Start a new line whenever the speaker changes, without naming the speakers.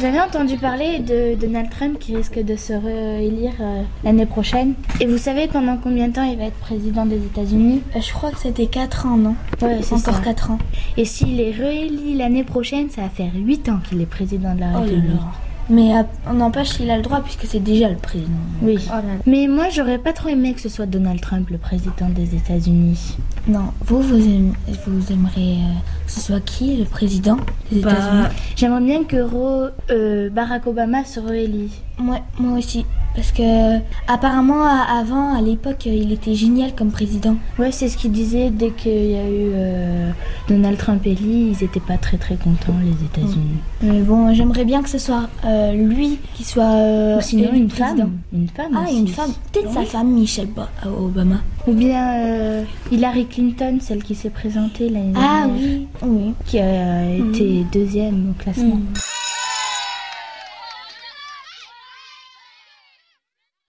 J'avais entendu parler de Donald Trump qui risque de se réélire euh, l'année prochaine. Et vous savez pendant combien de temps il va être président des États-Unis
Euh, Je crois que c'était 4 ans, non
Ouais, c'est
Encore
ça.
4 ans.
Et s'il est réélu l'année prochaine, ça va faire 8 ans qu'il est président de la
Oh là
République.
là. Mais euh, on n'empêche, il a le droit puisque c'est déjà le président.
Oui.
Oh
Mais moi, j'aurais pas trop aimé que ce soit Donald Trump le président des États-Unis.
Non, vous, vous, aime- vous aimeriez euh, que ce soit qui le président des
Bah,
États-Unis
J'aimerais bien que Ro- euh, Barack Obama se réélit.
Moi, moi aussi. Parce que, apparemment, à- avant, à l'époque, euh, il était génial comme président.
Ouais, c'est ce qu'ils disaient dès qu'il y a eu euh, Donald Trump élu, ils étaient pas très très contents les États-Unis.
Mais bon, j'aimerais bien que ce soit euh, lui qui soit. euh,
Ou sinon
élu
une
président.
femme, une femme.
Ah,
aussi.
une femme. Peut-être sa femme, Michelle Ba- Obama.
Ou bien euh, Hillary Clinton, celle qui s'est présentée l'année
Ah
dernière,
oui. Oui.
qui a été deuxième au classement.
Mm.